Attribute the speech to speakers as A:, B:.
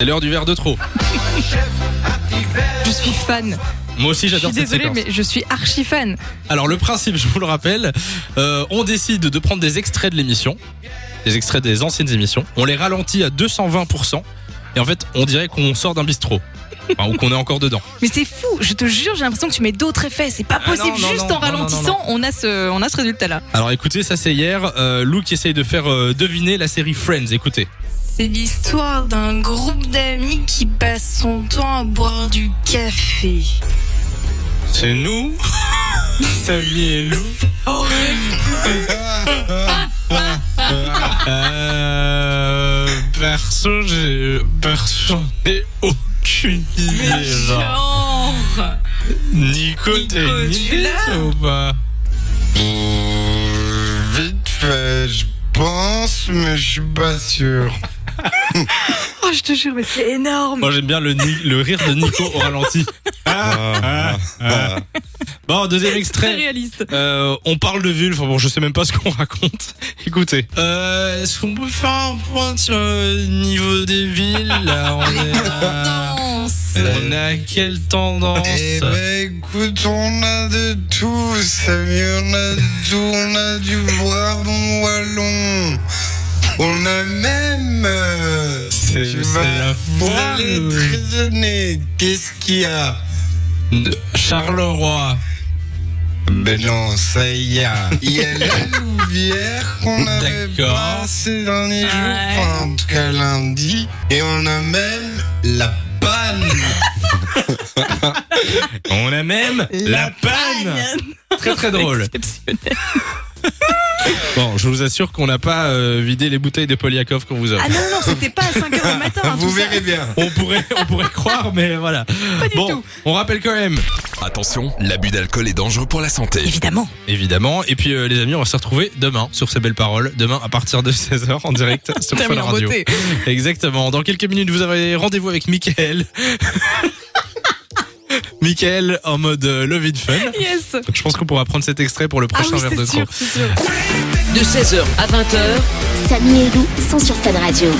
A: C'est l'heure du verre de trop.
B: Je suis fan.
A: Moi aussi
B: Je suis
A: j'adore cette
B: désolée,
A: séquence.
B: mais je suis archi fan.
A: Alors le principe, je vous le rappelle, euh, on décide de prendre des extraits de l'émission, des extraits des anciennes émissions, on les ralentit à 220%, et en fait on dirait qu'on sort d'un bistrot, Enfin, ou qu'on est encore dedans.
B: Mais c'est fou, je te jure, j'ai l'impression que tu mets d'autres effets. C'est pas
A: Ah non,
B: possible.
A: non,
B: Juste
A: non,
B: en
A: non, non,
B: ralentissant,
A: non,
B: on a ce, on a ce résultat-là.
A: Alors écoutez, ça c'est hier, euh, Lou qui essaye de faire euh, deviner la série Friends, écoutez.
C: C'est l'histoire d'un groupe d'amis qui passe son temps à boire du café.
A: C'est nous Samy et Lou. euh, perso, j'ai, perso, j'en ai aucune idée, genre.
C: Genre
A: Nico, t'as une
C: tu
A: idée,
C: l'as
A: ou pas
D: Mmh, Vite fait, je pense, mais je suis pas sûr.
B: Oh, je te jure, mais c'est énorme.
A: Moi, j'aime bien le, ni- le rire de Nico au ralenti.
D: Ah, ah.
A: Bon, deuxième
B: Très
A: extrait.
B: réaliste.
A: Euh, on parle de vulve, bon, je sais même pas ce qu'on raconte. Écoutez. Euh, est-ce qu'on peut faire un point sur le niveau des villes Là, on est à-
C: Danse
A: On a quelle tendance
D: Eh ben écoute, on a de tout, Samy, on a de tout, on a du Brabant wallon, on a même. euh,
A: C'est-
D: tu
A: c'est
D: vas
A: la
D: voir
A: foire,
D: les
A: oui.
D: traîner. Qu'est-ce qu'il y a
A: Charleroi.
D: Ben non, ça y est. Il y a la Louvière qu'on avait
A: D'accord.
D: pas ces derniers jours,
C: Ouais.
D: enfin, en tout cas lundi, et on a même la panne.
A: On a même la, panne. Très très drôle. Bon, je vous assure qu'on n'a pas euh, vidé les bouteilles de Polyakov qu'on vous offre.
B: Ah non, non, c'était pas à 5 h du matin. hein,
D: Vous
B: tout ça.
D: verrez bien.
A: On pourrait, on pourrait croire, mais voilà.
B: Pas du
A: bon,
B: tout.
A: on rappelle quand même,
E: Attention, l'abus d'alcool est dangereux pour la santé.
B: Évidemment.
A: évidemment. Et puis, euh, les amis, on va se retrouver demain sur ces belles paroles. Demain, à partir de 16h, en direct sur Fun
B: Terminé en
A: Radio.
B: beauté.
A: Exactement. Dans quelques minutes, vous avez rendez-vous avec Mickaël. Mickaël en mode euh, love it fun.
B: Yes.
A: Je pense qu'on pourra prendre cet extrait pour le
B: Ah
A: prochain
B: oui,
A: verre de
B: c'est
A: trop.
B: sûr, c'est sûr.
F: de 16h à 20h
G: Samy et Lou sont sur Fun Radio.